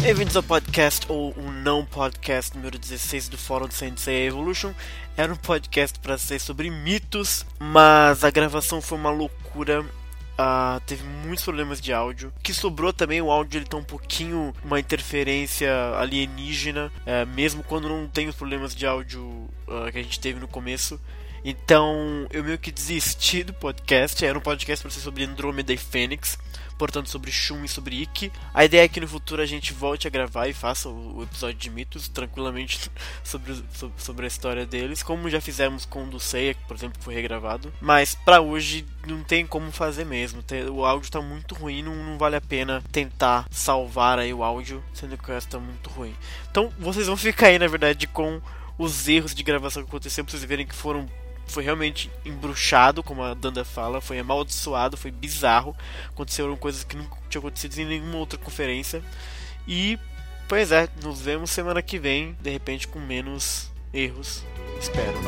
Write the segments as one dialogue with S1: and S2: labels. S1: Bem-vindos ao podcast, ou um não podcast número 16 do Fórum de Sensei Evolution. Era um podcast para ser sobre mitos, mas a gravação foi uma loucura. Ah, teve muitos problemas de áudio. O que sobrou também, o áudio ele tá um pouquinho uma interferência alienígena, eh, mesmo quando não tem os problemas de áudio ah, que a gente teve no começo. Então eu meio que desisti do podcast. Era um podcast para ser sobre Andrômeda e Fênix, portanto sobre Shun e sobre Ikki. A ideia é que no futuro a gente volte a gravar e faça o o episódio de mitos tranquilamente sobre, os- so- sobre a história deles, como já fizemos com o do Seiya, que por exemplo foi regravado. Mas pra hoje não tem como fazer mesmo. Tem- O áudio tá muito ruim, não, não vale a pena tentar salvar aí o áudio, sendo que o resto tá muito ruim. Então vocês vão ficar aí, na verdade, com os erros de gravação que aconteceram pra vocês verem que foram foi realmente embruxado, como a Danda fala, foi amaldiçoado, foi bizarro. Aconteceram coisas que nunca tinham acontecido em nenhuma outra conferência. E, pois é, nos vemos semana que vem, de repente com menos erros, espero.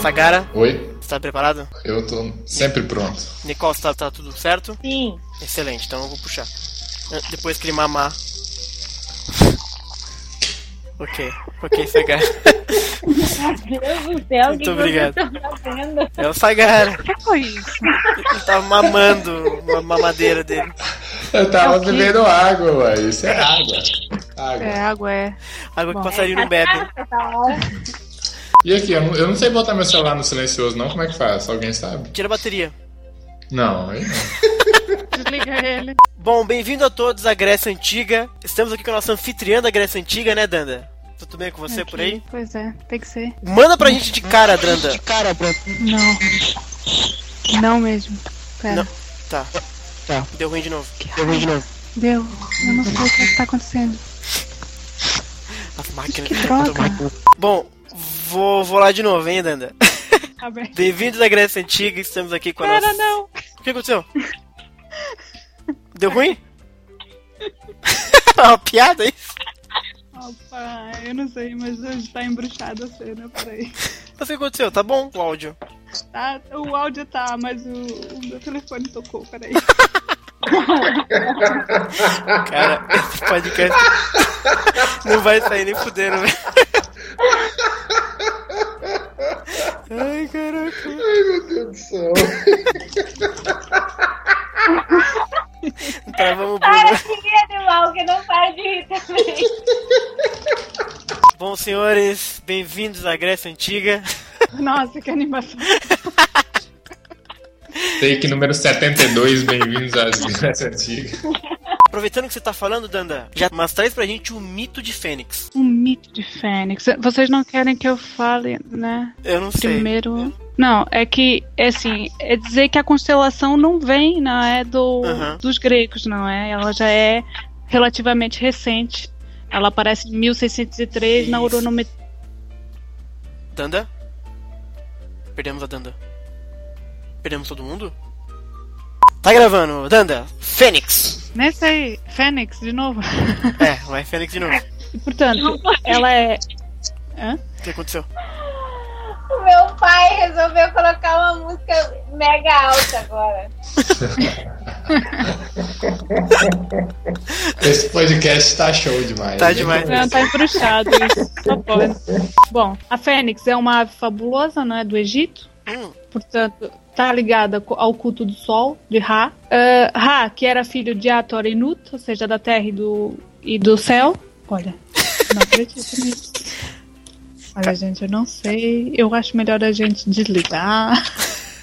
S1: Sagara,
S2: Oi,
S1: está preparado?
S2: eu tô sempre pronto.
S1: Nicole, está tá tudo certo?
S3: Sim.
S1: Excelente, então eu vou puxar. Ah, Depois que ele mamar. Ok, ok, Sagara.
S3: Meu Deus do céu, o que
S1: Muito
S3: que
S1: obrigado.
S3: vocês estão fazendo?
S1: É o Sagara.
S4: que foi isso?
S1: Ele tava mamando uma mamadeira dele.
S2: Eu tava
S4: É o quê?
S2: bebendo água, ué. Isso é água. Água.
S4: É, água é.
S1: Água que
S4: Bom.
S1: passarinho não bebe.
S2: E aqui, eu não, eu não sei botar meu celular no silencioso, não. Como é que faz? Alguém sabe?
S1: Tira a bateria.
S2: Não, aí não.
S4: Desliga ele.
S1: Bom, bem-vindo a todos à Grécia Antiga. Estamos aqui com a nossa anfitriã da Grécia Antiga, né, Danda? Tudo bem com você por aí?
S4: Pois é, tem que ser.
S1: Manda pra gente de cara, Danda.
S4: Não. Não mesmo. Pera.
S1: Não. Tá. Deu ruim de novo.
S4: Deu. Eu não sei o que está acontecendo.
S1: As máquinas
S4: Que
S1: estão
S4: droga.
S1: Bom, vou, vou lá de novo, hein, Danda?
S4: Tá bem.
S1: Bem-vindos à Grécia Antiga. Estamos aqui com a
S4: Pera,
S1: nossa.
S4: não.
S1: O que aconteceu? Deu ruim? Uma piada aí?
S4: Opa, eu não sei, mas hoje tá embruxada a cena, peraí.
S1: Mas o que aconteceu? Tá bom o áudio.
S4: Tá, o áudio tá, mas o, o meu telefone tocou, peraí.
S1: Cara, esse podcast não vai sair nem fudendo, velho. Ai, caraca.
S2: Ai, meu Deus do céu.
S1: Tá, vamos,
S3: Para
S1: Bruno.
S3: de rir, animal, que não para de rir também.
S1: Bom, senhores, bem-vindos à Grécia Antiga.
S4: Nossa, que animação.
S2: Take número 72, bem-vindos às Vilas Antigas.
S1: Aproveitando que você tá falando, Danda, já, mas traz pra gente o mito de Fênix.
S4: Um mito de Fênix. Vocês não querem que eu fale, né?
S1: Eu não sei.
S4: Primeiro. Não, é que, é assim, é dizer que a constelação não vem, não é do,
S1: Aham.
S4: dos gregos, não é? Ela já é relativamente recente. Ela aparece em 1603 na
S1: Isso.
S4: Uronometria.
S1: Danda? Perdemos a Danda. Perdemos todo mundo? Tá gravando, Danda. Fênix.
S4: Nesse aí, Fênix, de novo.
S1: É, vai Fênix de novo.
S4: E, portanto, ela é.
S1: O que aconteceu?
S3: O meu pai resolveu colocar uma música mega alta agora.
S2: Esse podcast tá show demais.
S1: Tá demais.
S4: Não, tá embruxado isso. Só pode. Bom, a Fênix é uma ave fabulosa, não é? Do Egito.
S1: Hum,
S4: portanto, está ligada co- ao culto do sol, de Ra. Ah, Ra, que era filho de Ator e Nut, ou seja, da terra e do, e do céu. Olha, não acredito nisso. Olha, gente, eu não sei. Eu acho melhor a gente desligar.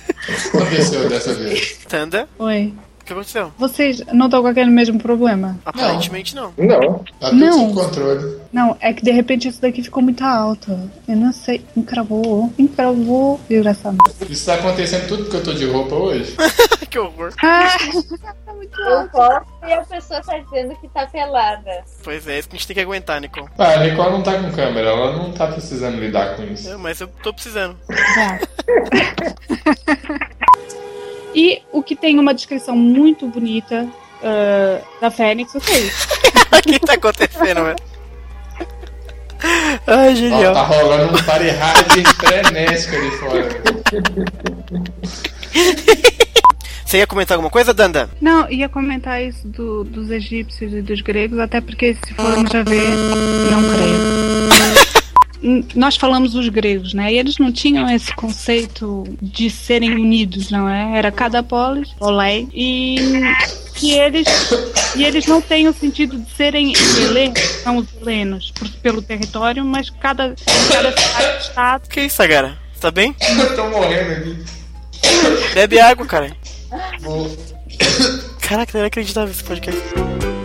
S2: O que aconteceu dessa vez?
S1: Danda,
S4: Oi.
S1: o que aconteceu?
S4: Vocês não estão com aquele mesmo problema?
S1: Aparentemente não.
S2: Não. Tá tudo
S4: Não.
S2: sob controle.
S4: Não, é que de repente isso daqui ficou muito alto. Eu não sei. Encravou. Encravou. Desgraçado.
S2: Isso tá acontecendo tudo porque eu tô de roupa hoje.
S1: que horror.
S4: Ah, tá muito alto.
S3: Eu posto e a pessoa tá dizendo que tá pelada.
S1: Pois é, isso que a gente tem que aguentar, Nicole.
S2: Ah, a Nicole não tá com câmera, ela não tá precisando lidar com isso.
S1: É, mas eu tô precisando.
S4: E o que tem uma descrição muito bonita ah, da Fênix, eu sei.
S1: o que tá acontecendo, velho? Ai,
S2: Ó,
S1: genial.
S2: tá rolando um party hard frenético ali fora.
S1: Você ia comentar alguma coisa, Danda?
S4: Não, ia comentar isso do- dos egípcios e dos gregos, até porque se formos a ver, não creio. N- Nós falamos os gregos, né? E eles não tinham esse conceito de serem unidos, não é? Era cada polis, olé, e que eles e eles não têm o sentido de serem helenos, são os helenos por- pelo território, mas cada cada cidade, estado
S1: Que isso, cara? Tá bem?
S2: Eu tô morrendo aqui.
S1: Bebe água, cara.
S2: Vou-
S1: Caraca, eu não acreditava nesse podcast.